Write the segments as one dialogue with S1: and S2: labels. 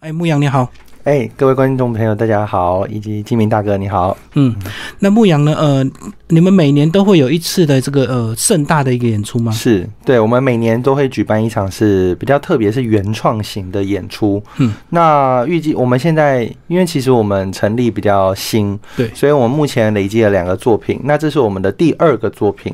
S1: 哎，牧羊你好，
S2: 哎，各位观众朋友，大家好，以及金明大哥你好。
S1: 嗯，那牧羊呢？呃，你们每年都会有一次的这个呃盛大的一个演出吗？
S2: 是对，我们每年都会举办一场是比较特别，是原创型的演出。
S1: 嗯，
S2: 那预计我们现在，因为其实我们成立比较新，
S1: 对
S2: 所以我们目前累积了两个作品，那这是我们的第二个作品。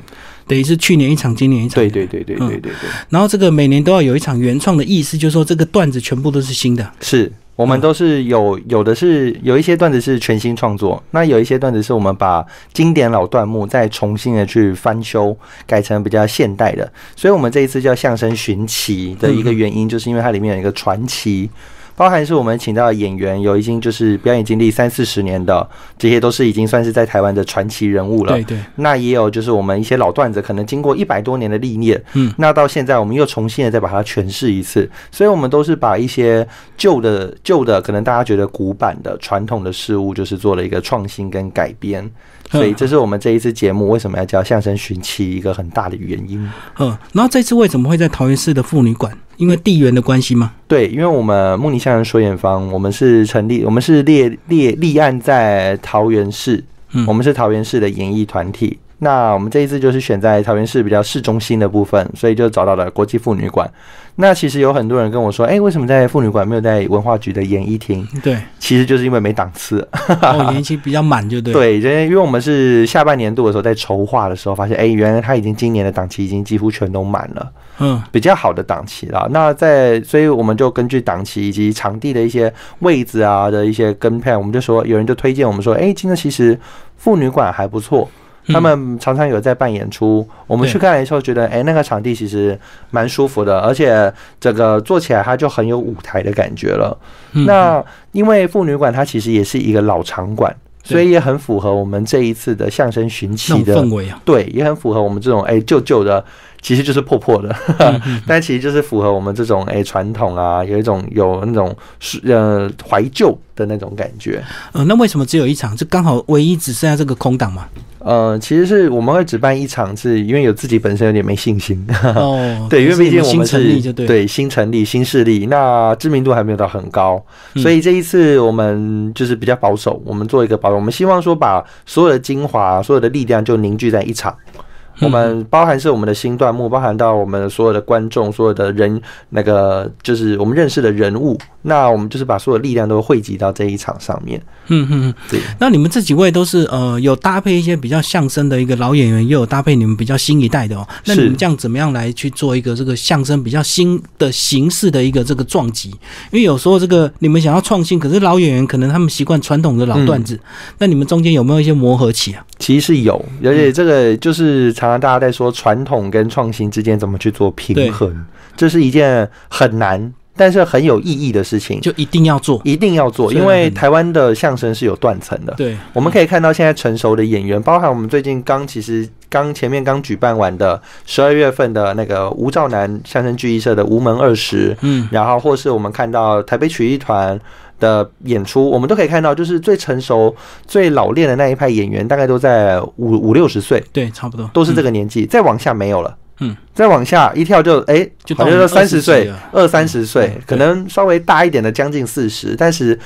S1: 等于是去年一场，今年一场。
S2: 对对对对
S1: 嗯
S2: 对对对，
S1: 然后这个每年都要有一场原创的意思，就是说这个段子全部都是新的。
S2: 是我们都是有有的是有一些段子是全新创作，那有一些段子是我们把经典老段目再重新的去翻修，改成比较现代的。所以我们这一次叫相声寻奇的一个原因，就是因为它里面有一个传奇。包含是我们请到的演员有已经就是表演经历三四十年的，这些都是已经算是在台湾的传奇人物了。
S1: 对对，
S2: 那也有就是我们一些老段子，可能经过一百多年的历练，
S1: 嗯，
S2: 那到现在我们又重新的再把它诠释一次，所以我们都是把一些旧的、旧的，可能大家觉得古板的、传统的事物，就是做了一个创新跟改编，所
S1: 嗯
S2: 以这是我们这一次节目为什么要叫相声寻奇一个很大的原因。
S1: 嗯，然后这次为什么会在桃园市的妇女馆？因为地缘的关系吗？
S2: 对，因为我们慕尼相声说演方，我们是成立，我们是列列立案在桃园市，
S1: 嗯
S2: 我们是桃园市的演艺团体。那我们这一次就是选在桃园市比较市中心的部分，所以就找到了国际妇女馆。那其实有很多人跟我说，哎、为什么在妇女馆没有在文化局的演艺厅？
S1: 对，
S2: 其实就是因为没档次。
S1: 哦，延期比较满，就对。，
S2: 对，因为因为我们是下半年度的时候在筹划的时候，发现，哎、原来他已经今年的档期已经几乎全都满了。
S1: 嗯
S2: 比较好的档期啦。那在，所以我们就根据档期以及场地的一些位置啊的一些跟配，我们就说有人就推荐我们说，哎、今天其实妇女馆还不错。
S1: 嗯
S2: 他们常常有在办演出，我们
S1: 对
S2: 去看的时候觉得，哎、那个场地其实蛮舒服的，而且这个做起来它就很有舞台的感觉了。
S1: 嗯
S2: 那因为妇女馆它其实也是一个老场馆，
S1: 对
S2: 所以也很符合我们这一次的相声寻奇
S1: 那种
S2: 的
S1: 氛围啊，
S2: 对，也很符合我们这种哎旧旧的，其实就是破破的，
S1: 嗯嗯
S2: 但其实就是符合我们这种哎传统啊，有一种有那种是呃怀旧的那种感觉。
S1: 呃，那为什么只有一场？就刚好唯一只剩下这个空档嘛。
S2: 呃，其实是我们会只办一场，是因为有自己本身有点没信心。
S1: 哦，
S2: 对，因为毕竟我
S1: 新
S2: 们
S1: 成
S2: 是
S1: 立就对。，
S2: 新成立新势力，那知名度还没有到很高，
S1: 嗯
S2: 所以这一次我们就是比较保守，我们做一个保守，我们希望说把所有的精华、所有的力量就凝聚在一场。
S1: 嗯
S2: 我们包含是我们的新段目，包含到我们所有的观众、所有的人，那个就是我们认识的人物。那我们就是把所有力量都汇集到这一场上面。
S1: 嗯嗯嗯。
S2: 对，
S1: 那你们这几位都是呃有搭配一些比较相声的一个老演员，也有搭配你们比较新一代的哦。那你
S2: 是
S1: 们这样怎么样来去做一个这个相声比较新的形式的一个这个撞击？因为有时候这个你们想要创新，可是老演员可能他们习惯传统的老段子，
S2: 嗯
S1: 那你们中间有没有一些磨合期啊？
S2: 其实是有，而
S1: 嗯
S2: 且这个就是常常大家在说传统跟创新之间怎么去做平衡，这是一件很难但是很有意义的事情，
S1: 就一定要做？
S2: 一定要做，
S1: 虽然
S2: 因为
S1: 很难
S2: 台湾的相声是有断层的。
S1: 对，
S2: 我们可以看到现在成熟的演员，包含我们最近刚其实刚前面刚举办完的十二月份的那个吴兆南相声剧艺社的吴门二十，
S1: 嗯
S2: 然后或是我们看到台北曲艺团的演出，我们都可以看到，就是最成熟、最老练的那一派演员，大概都在五五六十岁，
S1: 对，差不多嗯
S2: 都是这
S1: 个，
S2: 个年纪，再往下没有了。
S1: 嗯，
S2: 再往下一跳就哎，
S1: 就到
S2: 好像
S1: 我
S2: 就
S1: 们
S2: 三
S1: 20
S2: 十
S1: 岁
S2: 岁
S1: 了，
S2: 二三十岁
S1: 啊嗯对，
S2: 可能稍微大一点的将近四十，但是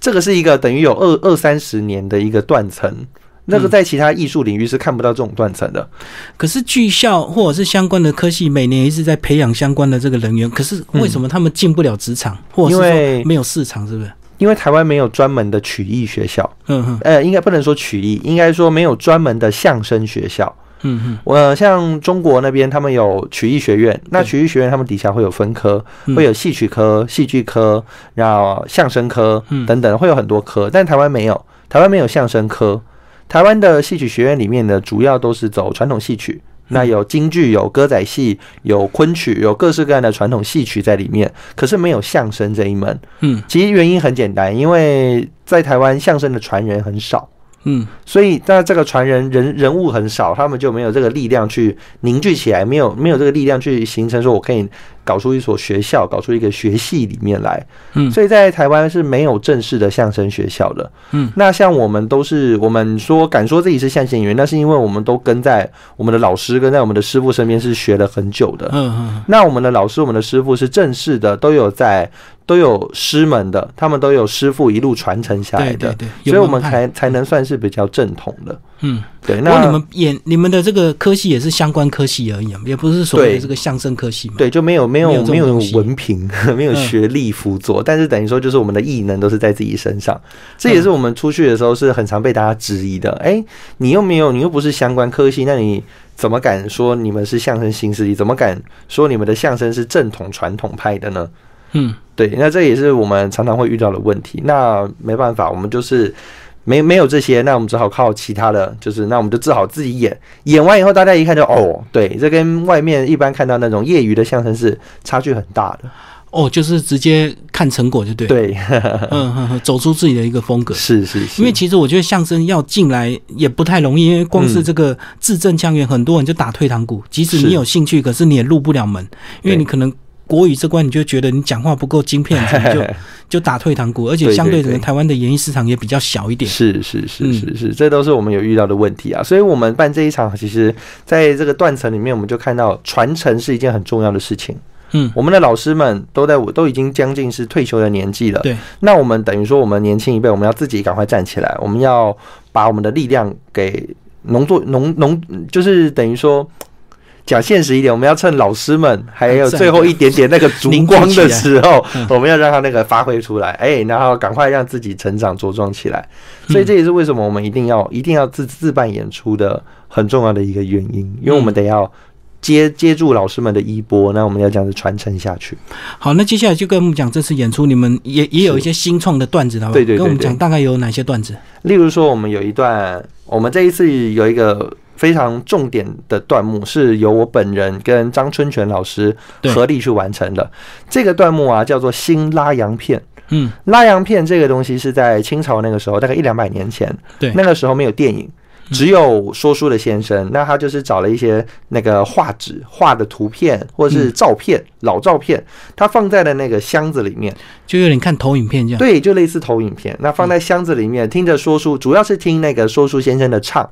S2: 这个是一个等于有二二三十年的一个断层，那个
S1: 嗯
S2: 在其他艺术领域是看不到这种断层的。
S1: 可是剧校或者是相关的科系，每年一直在培养相关的这个人员，可是为什么他们进不了职场，或者
S2: 嗯因
S1: 是说
S2: 为
S1: 没有市场，是不是？
S2: 因为台湾没有专门的曲艺学校，
S1: 嗯哼，
S2: 呃，应该不能说曲艺，应该说没有专门的相声学校。
S1: 嗯哼，
S2: 我、呃像中国那边，他们有曲艺学院，那
S1: 对
S2: 曲艺学院他们底下会有分科，
S1: 嗯
S2: 会有戏曲科、戏剧科，然后相声科
S1: 嗯
S2: 等等，会有很多科。但台湾没有，台湾没有相声科。台湾的戏曲学院里面呢，主要都是走传统戏曲，
S1: 嗯
S2: 那有京剧、有歌仔戏、有昆曲、有各式各样的传统戏曲在里面，可是没有相声这一门。
S1: 嗯
S2: 其实原因很简单，因为在台湾相声的传人很少。
S1: 嗯，
S2: 所以那这个传人人人物很少，他们就没有这个力量去凝聚起来，没有没有这个力量去形成说我可以搞出一所学校，搞出一个学系里面来。
S1: 嗯
S2: 所以在台湾是没有正式的相声学校的。
S1: 嗯，
S2: 那像我们都是我们说敢说自己是相声演员，那是因为我们都跟在我们的老师跟在我们的师傅身边是学了很久的。
S1: 嗯
S2: 那我们的老师、我们的师傅是正式的，都有在都有师门的，他们都有师傅一路传承下
S1: 嗯，
S2: 来
S1: 对对
S2: 的，
S1: 对，有
S2: 所以我
S1: 门
S2: 们
S1: 派
S2: 才才能算是比较正统的。
S1: 嗯，
S2: 对，
S1: 不过
S2: 那
S1: 你们演你们的这个科系也是相关科系而已啊，也不是所谓
S2: 对
S1: 的这个相声科系嘛。
S2: 对就没有没
S1: 没有
S2: 有
S1: 这种
S2: 没有
S1: 东西
S2: 文凭， 没有
S1: 嗯
S2: 学历辅佐，但是等于说就是我们的异能都是在自己身上，这也是我们出去的时候是很常被大家质疑的。哎、你又没有，你又不是相关科系，那你怎么敢说你们是相声新势力？怎么敢说你们的相声是正统传统派的呢？
S1: 嗯，
S2: 对，那这也是我们常常会遇到的问题。那没办法，我们就是没没有这些，那我们只好靠其他的，就是那我们就只好自己演。演完以后，大家一看就哦，对，这跟外面一般看到那种业余的相声是差距很大的。
S1: 哦，就是直接看成果就对了。
S2: 对，
S1: 嗯，嗯嗯，走出自己的一个风格。
S2: 是是是，
S1: 因为其实我觉得相声要进来也不太容易，因为光是这个字正腔圆，很多人就打退堂鼓。即使
S2: 嗯是
S1: 你有兴趣，可是你也入不了门，因为
S2: 对
S1: 你可能国语这关你就觉得你讲话不够精 片子，你就就打退堂鼓。而且
S2: 对
S1: 相对
S2: 对
S1: 整个
S2: 对
S1: 台湾的演艺市场也比较小一点。
S2: 是是
S1: 嗯
S2: 是是是，这都是我们有遇到的问题啊。所以我们办这一场，其实在这个断层里面，我们就看到传承是一件很重要的事情。
S1: 嗯，
S2: 我们的老师们都在我都已经将近是退休的年纪了。
S1: 对，
S2: 那我们等于说我们年轻一辈，我们要自己赶快站起来，我们要把我们的力量给浓做浓浓，就是等于说。讲现实一点，我们要趁老师们还有
S1: 在
S2: 最后一点点那个烛光的时候
S1: 嗯，
S2: 我们要让他那个发挥出来，哎、然后赶快让自己成长茁壮起来。所以这也是为什么我们一定要一定要自自办演出的很重要的一个原因，因为我们得要接接住老师们的衣钵，那我们要这样子传承下去。
S1: 好，那接下来就跟我们讲这次演出，你们也也有一些新创的段子，好不好？
S2: 对对对
S1: 跟我们
S2: 对
S1: 讲大概有哪些段子？
S2: 例如说，我们有一段，我们这一次有一个非常重点的段目，是由我本人跟张春泉老师
S1: 对
S2: 合力去完成的。这个段目啊，叫做新拉洋片。
S1: 嗯，
S2: 拉洋片这个东西是在清朝那个时候，大概一两百年前，
S1: 对嗯
S2: 那个时候没有电影。只有说书的先生，那他就是找了一些那个画纸、画的图片或者是照片、老照片，他放在了那个箱子里面，
S1: 就有点看投影片这样。
S2: 对，就类似投影片。那放在箱子里面，听着说书，主要是听那个说书先生的唱，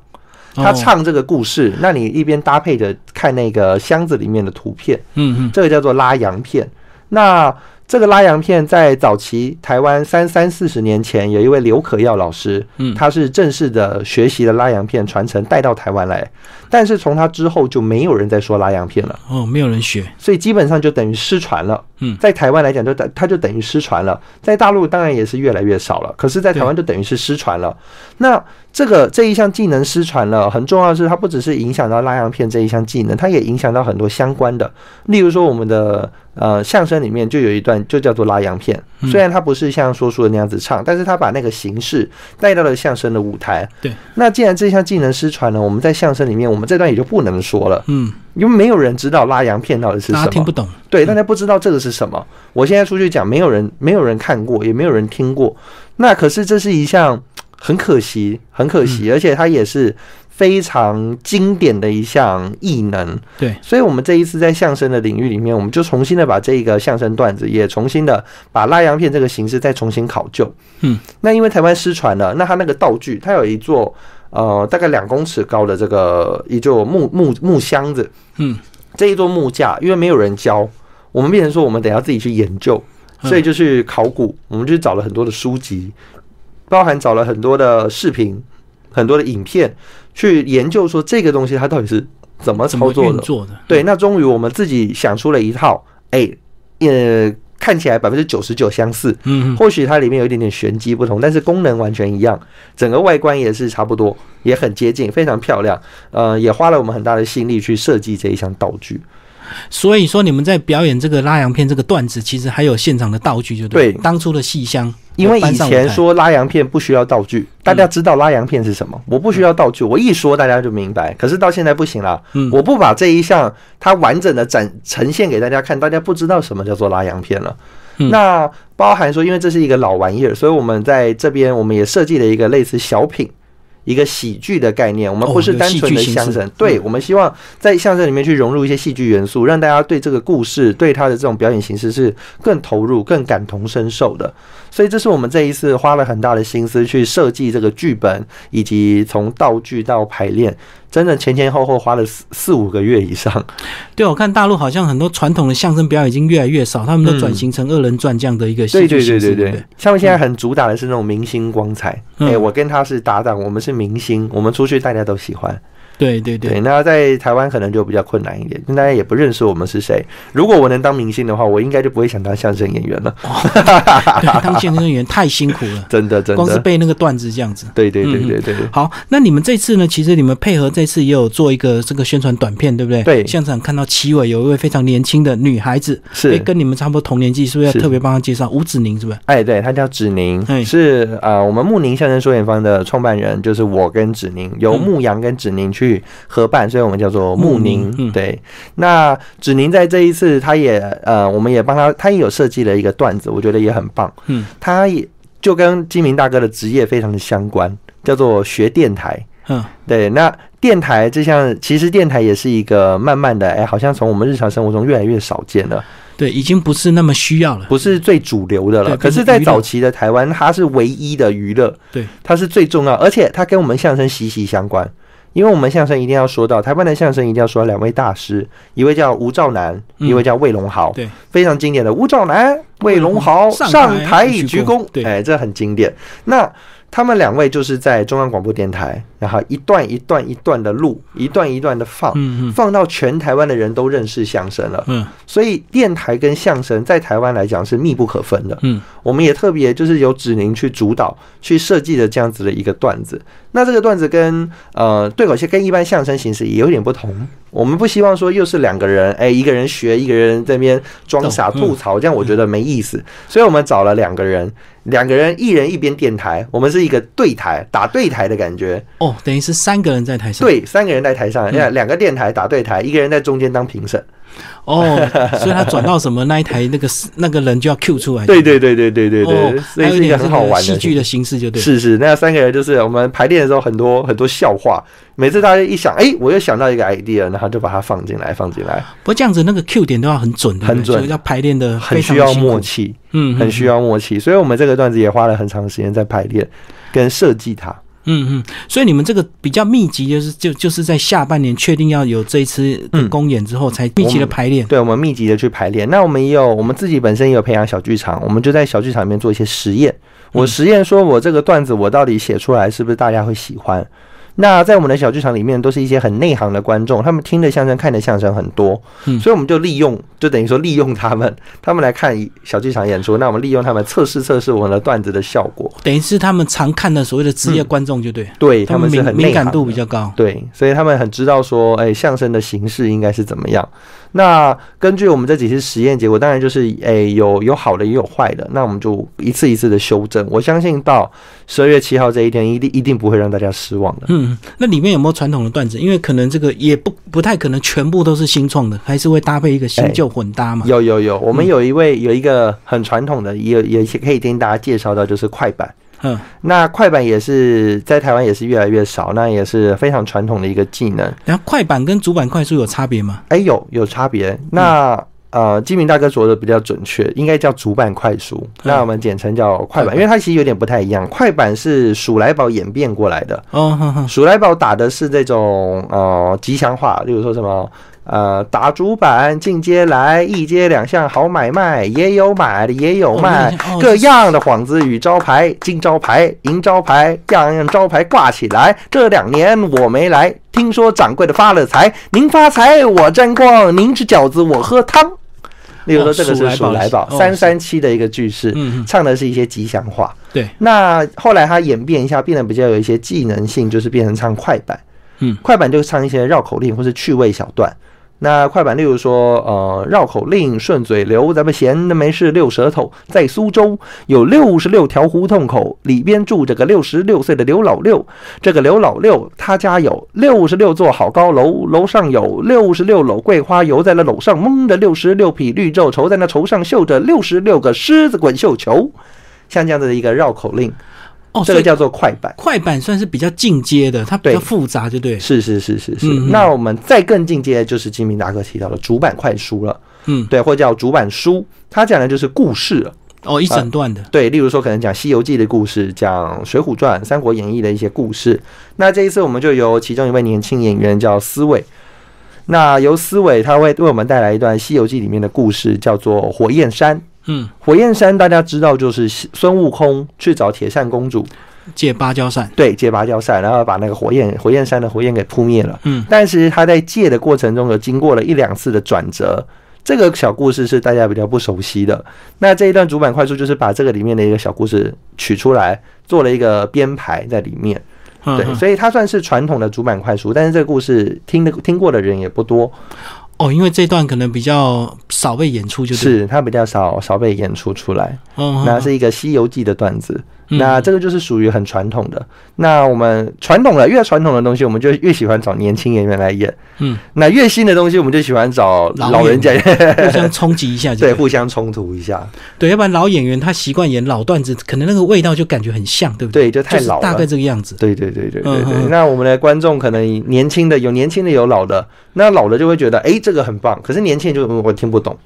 S1: 哦，
S2: 他唱这个故事，那你一边搭配着看那个箱子里面的图片，
S1: 嗯，嗯
S2: 这个叫做拉洋片。那这个拉洋片在早期台湾三三四十年前，有一位刘可耀老师，
S1: 嗯
S2: 他是正式的学习了拉洋片传承带到台湾来，但是从他之后就没有人再说拉洋片了。
S1: 嗯，哦，没有人学。
S2: 所以基本上就等于失传了。
S1: 嗯
S2: 在台湾来讲，就等它就等于失传了，在大陆当然也是越来越少了，可是，在台湾就等于是失传了。那这个这一项技能失传了，很重要的是，它不只是影响到拉洋片这一项技能，它也影响到很多相关的，例如说我们的呃相声里面就有一段就叫做拉洋片，
S1: 嗯
S2: 虽然它不是像说书的那样子唱，但是它把那个形式带到了相声的舞台。
S1: 对，
S2: 那既然这项技能失传了，我们在相声里面，我们这段也就不能说了，
S1: 嗯，
S2: 因为没有人知道拉洋片到底是
S1: 大
S2: 什
S1: 家听
S2: 么
S1: 不。懂。
S2: 对，大家不知道这个是什么。我现在出去讲，没有人没有人看过，也没有人听过。那可是这是一项很可惜，很可
S1: 嗯
S2: 惜，而且它也是非常经典的一项艺能。
S1: 对，
S2: 所以我们这一次在相声的领域里面，我们就重新的把这个相声段子，也重新的把拉洋片这个形式再重新考究。
S1: 嗯，
S2: 那因为台湾失传了，那它那个道具，它有一座呃大概两公尺高的这个一座木木木箱子。
S1: 嗯，
S2: 这一座木架，因为没有人教，我们变成说我们得要自己去研究，
S1: 嗯
S2: 所以就去考古，我们就找了很多的书籍，包含找了很多的视频、很多的影片，去研究说这个东西它到底是怎么
S1: 怎么
S2: 操作
S1: 运
S2: 的。
S1: 作的？
S2: 对，那终于我们自己想出了一套，哎、呃，看起来百分之九十九相似，
S1: 嗯，嗯
S2: 或许它里面有一点点玄机不同，但是功能完全一样，整个外观也是差不多，也很接近，非常漂亮。呃，也花了我们很大的心力去设计这一项道具。
S1: 所以说你们在表演这个拉洋片这个段子，其实还有现场的道具，就了
S2: 对
S1: 当初的戏箱，
S2: 因为
S1: 搬
S2: 以
S1: 上舞
S2: 前
S1: 台，嗯
S2: 说拉洋片不需要道具，大家知道拉洋片是什么，我不需要道具，我一说大家就明白。可是到现在不行啦，
S1: 嗯，
S2: 我不把这一项它完整的展呈现给大家看，大家不知道什么叫做拉洋片了。
S1: 嗯
S2: 那包含说，因为这是一个老玩意儿，所以我们在这边我们也设计了一个类似小品。一个喜剧的概念，我们
S1: 哦
S2: 不是
S1: 有
S2: 单
S1: 戏
S2: 纯
S1: 剧
S2: 的
S1: 形
S2: 相
S1: 式
S2: 声，对，我们希望在相声里面去融入一些戏剧元素，让大家对这个故事、对他的这种表演形式是更投入、更感同身受的。所以这是我们这一次花了很大的心思去设计这个剧本，以及从道具到排练，真的前前后后花了四四五个月以 上。
S1: 对，我看大陆好像很多传统的相声表演已经越来越少，他们都转
S2: 嗯
S1: 型成二人转这样的一个戏
S2: 对
S1: 剧
S2: 对
S1: 形
S2: 对
S1: 式。
S2: 对
S1: 对
S2: 对
S1: 不对，
S2: 他们现在很主打的是那种明星光彩。哎、
S1: 嗯
S2: 我跟他是搭档，我们是明星，我们出去大家都喜欢。
S1: 对对对
S2: 对，那在台湾可能就比较困难一点，大家也不认识我们是谁。如果我能当明星的话，我应该就不会想当相声演员了。
S1: 对， 当相声演员太辛苦了，
S2: 真的，真
S1: 光是
S2: 的。
S1: 背那个段子这样子。
S2: 对对对
S1: 嗯嗯
S2: 对对对。
S1: 好，那你们这次呢？其实你们配合这次也有做一个这个宣传短片，对不对？
S2: 对
S1: 现场看到齐伟有一位非常年轻的女孩子，哎
S2: 是
S1: 诶跟你们差不多同年纪，是不是要
S2: 是
S1: 特别帮她介绍？吴子宁是不是？
S2: 哎，对，他叫芷宁
S1: 嘿，
S2: 是呃，我们穆宁相声说演方的创办人，就是我跟芷宁，由
S1: 嗯
S2: 牧羊跟芷宁去合办，所以我们叫做穆
S1: 穆
S2: 宁
S1: 宁。嗯
S2: 对，那芷宁在这一次，他也呃，我们也帮他，他也有设计了一个段子，我觉得也很棒。
S1: 嗯，
S2: 他也就跟金明大哥的职业非常的相关，叫做学电台。
S1: 嗯，
S2: 对，那电台这项其实电台也是一个慢慢的，哎，好像从我们日常生活中越来越少见了。
S1: 对，已经不是那么需要了。
S2: 不是最主流的了。
S1: 对
S2: 可是，
S1: 不是娱
S2: 在
S1: 乐
S2: 早期的台湾，它是唯一的娱乐，
S1: 对，
S2: 它是最重要，而且它跟我们相声息息相关。因为我们相声一定要说到台湾的相声，一定要说到两位大师，一位叫吴兆南，
S1: 嗯
S2: 一位叫魏龙豪，
S1: 对，
S2: 非常经典的吴兆南、魏龙豪
S1: 龙豪上
S2: 上
S1: 台
S2: 台
S1: 鞠
S2: 鞠
S1: 躬
S2: 躬，
S1: 对
S2: 哎，这很经典。那他们两位就是在中央广播电台，然后一段一段一段的录，一段一段的放，
S1: 嗯嗯
S2: 放到全台湾的人都认识相声了。
S1: 嗯
S2: 所以电台跟相声在台湾来讲是密不可分的。
S1: 嗯，
S2: 我们也特别就是由指宁去主导去设计的这样子的一个段子。那这个段子跟呃对口戏跟一般相声形式也有点不同。我们不希望说又是两个人，哎，一个人学，一个人这边装傻
S1: 懂嗯
S2: 吐槽，这样我觉得没意思。所以我们找了两个人，两个人一人一边电台，我们是一个对台打对台的感觉。
S1: 哦，等于是三个人在台上。，
S2: 对，三个人在台上，
S1: 嗯
S2: 两两个电台打对台，一个人在中间当评审。
S1: 哦，所以他转到什么那一台那个 那个人就要 Q 出来。
S2: 对对对对对对对，
S1: 哦，
S2: 所
S1: 还
S2: 以
S1: 有
S2: 是一
S1: 点
S2: 个
S1: 这
S2: 很好玩的
S1: 戏剧的形式，就对了。
S2: 是是，那三个人就是我们排练的时候很多很多笑话，每次大家一想，哎、我又想到一个 idea，然后就把它放进来，放进来，
S1: 不过这样子那个 Q 点都要很准，对不对
S2: 很准
S1: 所以要排练的
S2: 很需要默
S1: 契，
S2: 契，
S1: 嗯，
S2: 很需要默契。所以我们这个段子也花了很长时间在排练跟设计它。
S1: 嗯，嗯嗯。所以你们这个比较密集，就是就就是在下半年确定要有这一次的
S2: 嗯
S1: 公演之后，才密集的排 练。
S2: 对，我们密集的去排练。那我们也有我们自己本身也有培养小剧场，我们就在小剧场里面做一些实验。我实验说我这个段子我到底写出来是不是大家会喜欢？那在我们的小剧场里面，都是一些很内行的观众，他们听的相声、看的相声很多，
S1: 嗯
S2: 所以我们就利用，就等于说利用他们， 他们来看小剧场演出，那我们利用他们测试测试我们的段子的效果，
S1: 等于是他们常看的所谓的职业观众，就对，
S2: 对嗯他们
S1: 们
S2: 是
S1: 敏
S2: 很
S1: 敏
S2: 内行
S1: 感度
S2: 的
S1: 比较高。
S2: 对，所以他们很知道说，哎、相声的形式应该是怎么样。那根据我们这几次实验结果，当然就是，哎、有有好的也有坏的，那我们就一次一次的修正。我相信到十二月七号这一天，一定一定不会让大家失望的。
S1: 嗯，那里面有没有传统的段子？因为可能这个也不不太可能全部都是新创的，还是会搭配一个新旧混搭嘛。
S2: 有有有，我们
S1: 嗯
S2: 有一位有一个很传统的，也有也可以跟大家介绍到，就是快板。
S1: 嗯，
S2: 那快板也是在台湾也是越来越少，那也是非常传统的一个技能。
S1: 然后快板跟主板快速有差别吗？
S2: 哎、有有差别。那、呃，金明大哥说的比较准确，应该叫主板快书，那我们简称叫嗯快板，因为它其实有点不太一样。快板是鼠来宝演变过来的，
S1: 哦， 哼哼，
S2: 鼠来宝打的是这种呃吉祥话，例如说什么。呃，打主板进阶来，一阶两项好买卖，也有买的也有
S1: 哦
S2: 卖，
S1: 那哦
S2: 各样的幌子与招牌，金招牌、银招牌，样样招牌挂起来。这两年我没来，听说掌柜的发了财，您发财我沾光，您吃饺子我喝汤。例如说，
S1: 哦
S2: 这个
S1: 鼠
S2: 是
S1: 来
S2: 鼠
S1: 宝
S2: 来宝
S1: 哦
S2: 三三七的一个句式，
S1: 嗯嗯，
S2: 唱的是一些吉祥话。
S1: 对，
S2: 那后来他演变一下，变得比较有一些技能性，就是变成唱快板。
S1: 嗯，
S2: 快板就唱一些绕口令或是趣味小段。那快板，例如说，呃，绕口令、顺嘴溜，咱们闲的没事溜舌头。在苏州有六十六条胡同口，里边住着个六十六岁的刘老六。这个刘老六，他家有六十六座好高楼，楼上有六十六篓桂花油，在那篓上蒙着六十六匹绿皱绸，在那绸上绣着六十六个狮子滚绣球。像这样子的一个绕口令，
S1: 哦，
S2: 这
S1: 所
S2: 个
S1: 以
S2: 叫做快板。
S1: 快板算是比较进阶的，它比较
S2: 对
S1: 复杂，就对了。
S2: 是是是是是。
S1: 哎嗯嗯
S2: 那我们再更进阶，就是金明大哥提到的主板快书了，
S1: 嗯，
S2: 对，或叫主板书，它讲的就是故事了。
S1: 哦，一整段的，
S2: 对，例如说可能讲《西游记》的故事，讲《水浒传》《三国演义》的一些故事。那这一次我们就由其中一位年轻演员叫思伟，那由思伟他会为我们带来一段《西游记》里面的故事，叫做《火焰山》。
S1: 嗯，
S2: 火焰山大家知道，就是西孙悟空去找铁扇公主，
S1: 借芭蕉扇，
S2: 对，借芭蕉扇，然后把那个火焰火焰山的火焰给扑灭了。
S1: 嗯，
S2: 但是他在借的过程中有经过了一两次的转折。这个小故事是大家比较不熟悉的。那这一段主板快速就是把这个里面的一个小故事取出来，做了一个编排在里面。
S1: 嗯
S2: 对，
S1: 嗯
S2: 所以它算是传统的主板快速，但是这个故事听的听过的人也不多，
S1: 哦，因为这段可能比较少被演出，就对了。
S2: 是它比较少少被演出出来。
S1: 嗯，嗯
S2: 那是一个《西游记》的段子，
S1: 嗯
S2: 那这个就是属于很传统的。那我们传统的越传统的东西，我们就越喜欢找年轻演员来演；
S1: 嗯，
S2: 那越新的东西，我们就喜欢找老人家演，
S1: 互相冲击一下就
S2: 对，
S1: 对，
S2: 互相冲突一下。
S1: 对，要不然老演员他习惯演老段子，可能那个味道就感觉很像，对不对？
S2: 对，就太
S1: 就是
S2: 老
S1: 大
S2: 了。
S1: 概这个样子。
S2: 对对对对对
S1: 嗯
S2: 对。
S1: 嗯嗯
S2: 那我们的观众可能年轻的有年轻的有老的，那老的就会觉得哎、诶这个很棒，可是年轻人就嗯我听不懂。
S1: 嗯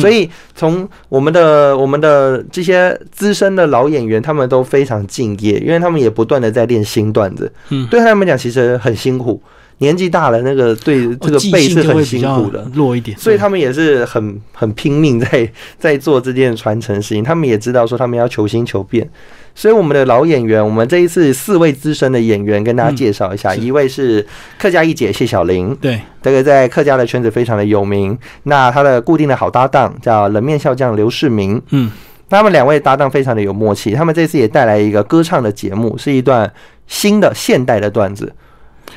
S2: 所以从我们的我们的这些资深的老演员，他们都非常敬业，因为他们也不断的在练新段子。
S1: 嗯
S2: 对他们讲其实很辛苦，年纪大了那个对这个
S1: 哦记
S2: 背
S1: 性
S2: 是
S1: 就
S2: 很
S1: 会比
S2: 辛
S1: 较
S2: 苦的。
S1: 弱一点，
S2: 所以他们也是很很拼命在 在做这件传承事情，他们也知道说他们要求新求变，所以我们的老演员，我们这一次四位资深的演员跟大家介绍一下，
S1: 嗯是
S2: 一位是客家一姐谢小玲，
S1: 嗯对，
S2: 这个在客家的圈子非常的有名，那她的固定的好搭档叫冷面笑匠刘世明，
S1: 嗯，
S2: 他们两位搭档非常的有默契，他们这次也带来一个歌唱的节目，是一段新的现代的段子。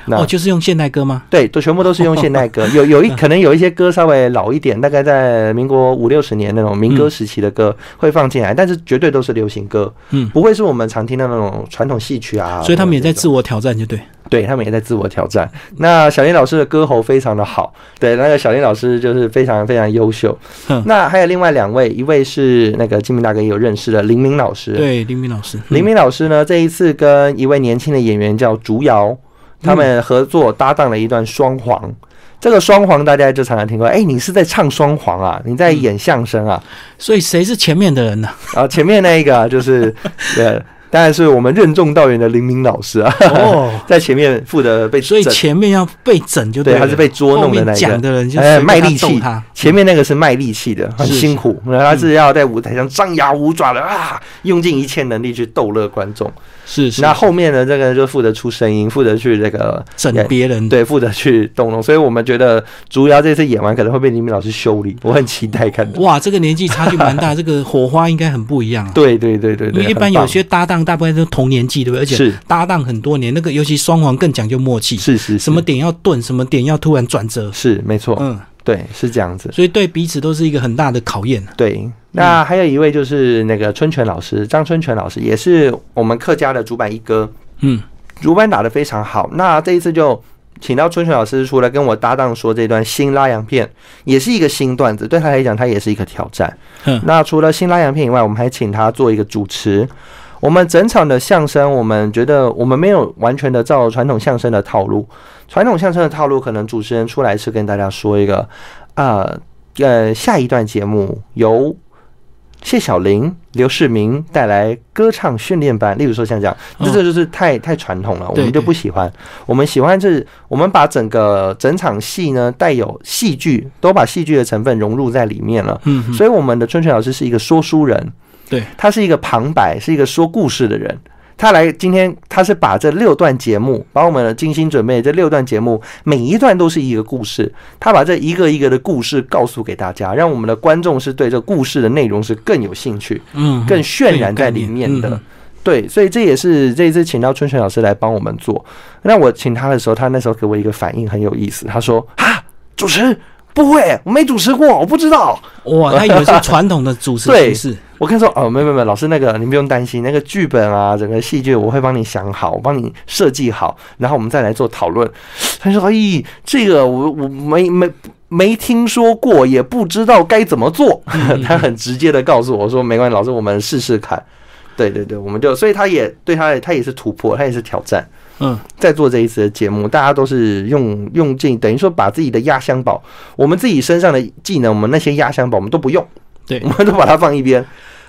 S2: 那
S1: 哦，就是用现代歌吗？
S2: 对，都全部都是用现代 歌，有有一可能有一些歌稍微老一点，大概在民国五六十年那种民歌时期的歌会放进来，但是绝对都是流行歌，
S1: 嗯，
S2: 不会是我们常听到那种传统戏曲啊。
S1: 所以他们也在
S2: 这
S1: 自
S2: 种，
S1: 我挑战，就对。
S2: 对他们也在自我挑战。那小林老师的歌喉非常的好，对，那个小林老师就是非常非常优秀
S1: 嗯。
S2: 那还有另外两位，一位是那个金明大哥也有认识的林明老师，
S1: 对，林明老师，
S2: 林
S1: 明
S2: 明老师呢，这一次跟一位年轻的演员叫竹瑶，
S1: 嗯
S2: 他们合作搭档了一段双簧。这个双簧大家就常常听过，哎、你是在唱双簧啊？你在演相声啊？
S1: 所以谁是前面的 人呢？
S2: 然后前面那一个啊就是 呃，当然是我们任重道远的林明老师啊，
S1: 哦，
S2: 在前面负责被
S1: 所以
S2: 整
S1: 前面要被整就
S2: 对，
S1: 了
S2: 他是被捉弄的
S1: 后
S2: 那
S1: 面
S2: 一
S1: 讲
S2: 个。
S1: 的人就
S2: 哎
S1: 随便
S2: 卖力
S1: 他
S2: 气
S1: 揍他，
S2: 前面那个是卖力气的，很
S1: 是是
S2: 辛苦，那他是要在舞台上张牙舞爪的啊，用尽一切能力去逗乐观众。
S1: 是是
S2: 那后面呢，这个就负责出声音，负责去这个
S1: 整别人，
S2: 对，负责去动容，所以我们觉得竹瑶这次演完可能会被李敏老师修理，我很期待看 到。
S1: 哇，这个年纪差距蛮 大，这个火花应该很不一样啊。
S2: 对对对对
S1: 因
S2: 对，
S1: 为一般
S2: 很棒
S1: 有些搭档大部分都同年纪，对不对？而且
S2: 是
S1: 搭档很多年，那个尤其双簧更讲究默契，
S2: 是是
S1: 什么点要顿，什么点要突然转折，
S2: 是没错，
S1: 嗯，
S2: 对是这样子。
S1: 所以对彼此都是一个很大的考验。
S2: 对，那还有一位就是那个春泉老师，张春泉老师也是我们客家的主板一哥，
S1: 嗯，
S2: 主板打得非常好。那这一次就请到春泉老师出来跟我搭档说这段新拉洋片，也是一个新段子，对他来讲，他也是一个挑战。
S1: 哼，
S2: 那除了新拉洋片以外，我们还请他做一个主持。我们整场的相声，我们觉得我们没有完全的照传统相声的套路。传统相声的套路，可能主持人出来是跟大家说一个，啊呃，下一段节目由谢小玲、刘世明带来歌唱训练班。例如说像这样，
S1: 嗯
S2: 这这就是太太传统了，我
S1: 对
S2: 们就
S1: 对
S2: 不喜欢。我们喜欢是，我们把整个整场戏呢带有戏剧，都把戏剧的成分融入在里面了。
S1: 嗯哼，
S2: 所以我们的春泉老师是一个说书人，
S1: 对，
S2: 他是一个旁白，是一个说故事的人。他来今天，他是把这六段节目，把我们精心准备的这六段节目，每一段都是一个故事。他把这一个一个的故事告诉给大家，让我们的观众是对这故事的内容是更有兴趣、
S1: 嗯哼，
S2: 更渲染在里面
S1: 嗯
S2: 的。对，所以这也是这一次请到春泉老师来帮我们做。那我请他的时候，他那时候给我一个反应很有意思，他说：“啊，主持不会，我没主持过，我不知道。”
S1: 嗯 哇，他以为是传统的主持
S2: 对
S1: 形式，
S2: 我跟你说，哦，没有没有没有，老师那个您不用担心，那个剧本啊，整个戏剧我会帮你想好，我帮你设计好，然后我们再来做讨论。他说，咦，这个我我没没没听说过，也 不知道该怎么做。他很直接的告诉我说，没关系，老师，我们试试看。对对对，我们就所以他也对他也他也是突破，他也是挑战。
S1: 嗯，
S2: 在做这一次的节目，大家都是用用尽，等于说把自己的压箱宝，我们自己身上的技能，我们那些压箱宝我们都不用，
S1: 对
S2: 我，们都把它放一 边，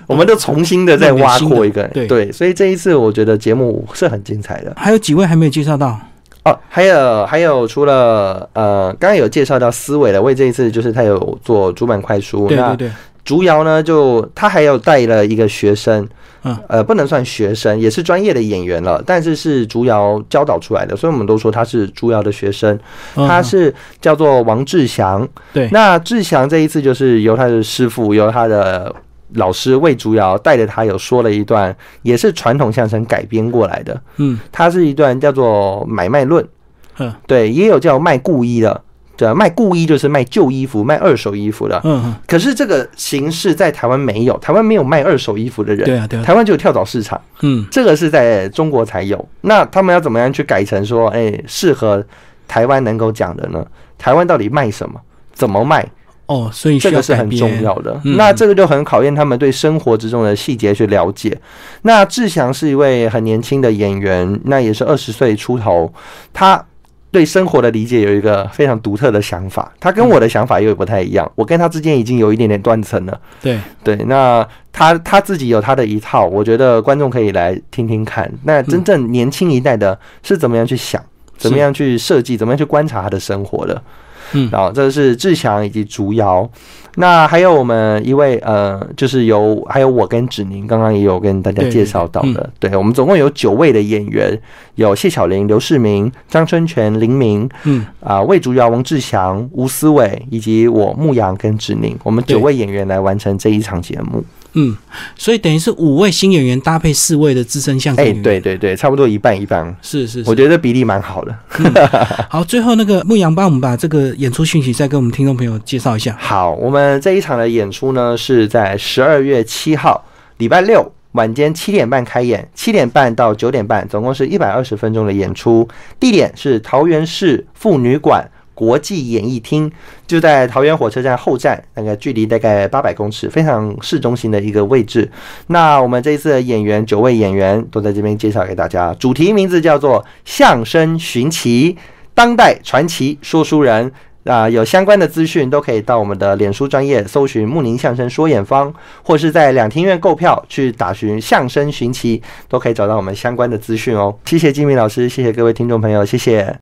S2: 我们就重新的再挖
S1: 弄
S2: 过一
S1: 哦点新
S2: 个
S1: 的。对
S2: 所以这一次我觉得节目是很精彩的
S1: 还有几位还没有介绍到，
S2: 哦。还有还有，除了呃，刚刚有介绍到思维了，为这一次就是他有做主板快书，
S1: 对
S2: 那
S1: 对对，
S2: 竹瑶呢，就他还有带了一个学生，
S1: 嗯
S2: 呃，不能算学生，也是专业的演员了，但是是竹瑶教导出来的，所以我们都说他是竹瑶的学生。
S1: 嗯
S2: 他是叫做王志祥，
S1: 对
S2: 那志祥这一次就是由他的师傅，由他的老师魏竹瑶带着他有说了一段，也是传统相声改编过来的，
S1: 嗯
S2: 它是一段叫做买卖论，
S1: 嗯
S2: 对，也有叫卖故衣的。这卖故衣就是卖旧衣服、卖二手衣服的，
S1: 嗯嗯，
S2: 可是这个形式在台湾没有，台湾没有卖二手衣服的人，
S1: 对啊对啊，
S2: 台湾就有跳蚤市场，
S1: 嗯
S2: 这个是在中国才有。那他们要怎么样去改成说，哎，适合台湾能够讲的呢？台湾到底卖什么？怎么卖？
S1: 哦，所以需
S2: 这
S1: 要
S2: 个是
S1: 改
S2: 很重
S1: 编，
S2: 要的。
S1: 嗯
S2: 那这个就很考验他们对生活之中的细节去了解。那志祥是一位很年轻的演员，那也是二十岁出头，他。对生活的理解有一个非常独特的想法，他
S1: 嗯
S2: 跟我的想法又不太一样。我跟他之间已经有一点点断层了。
S1: 对，
S2: 对，那他他自己有他的一套，我觉得观众可以来听听看。那
S1: 嗯
S2: 真正年轻一代的是怎么样去想，怎么样去设计，怎么样去观察他的生活的。
S1: 嗯
S2: 然后这是志强以及竹瑶，那还有我们一位呃，就是由还有我跟芷宁刚刚也有跟大家介绍到的，对我们总共有九位的演员，有谢小玲、刘世明、张春泉、林明
S1: 嗯
S2: 啊、魏竹瑶、王志祥、吴思伟以及我牧羊跟芷宁，我们九
S1: 对
S2: 位演员来完成这一场节目。
S1: 嗯，所以等于是五位新演员搭配四位的资深相声
S2: 哎、
S1: 演员，
S2: 对对对，差不多一半一半，
S1: 是是
S2: 我
S1: 是。
S2: 觉得比例蛮好的。
S1: 好，最后那个牧羊帮我们把这个演出讯息再跟我们听众朋友介绍一下。
S2: 好，我们这一场的演出呢是在十二月七号礼拜六晚间七点半开演，七点半到九点半，总共是一百二十分钟的演出。地点是桃园市妇女馆国际演艺厅，就在桃园火车站后站，那个距离大概八百公尺，非常市中心的一个位置。那我们这一次的演员九位演员都在这边介绍给大家，主题名字叫做“相声寻奇”。当代传奇说书人，啊、有相关的资讯都可以到我们的脸书专业搜寻“木林相声说演方”，或是在两厅院购票去打寻“相声寻奇”，都可以找到我们相关的资讯哦。谢谢金明老师，谢谢各位听众朋友，谢谢。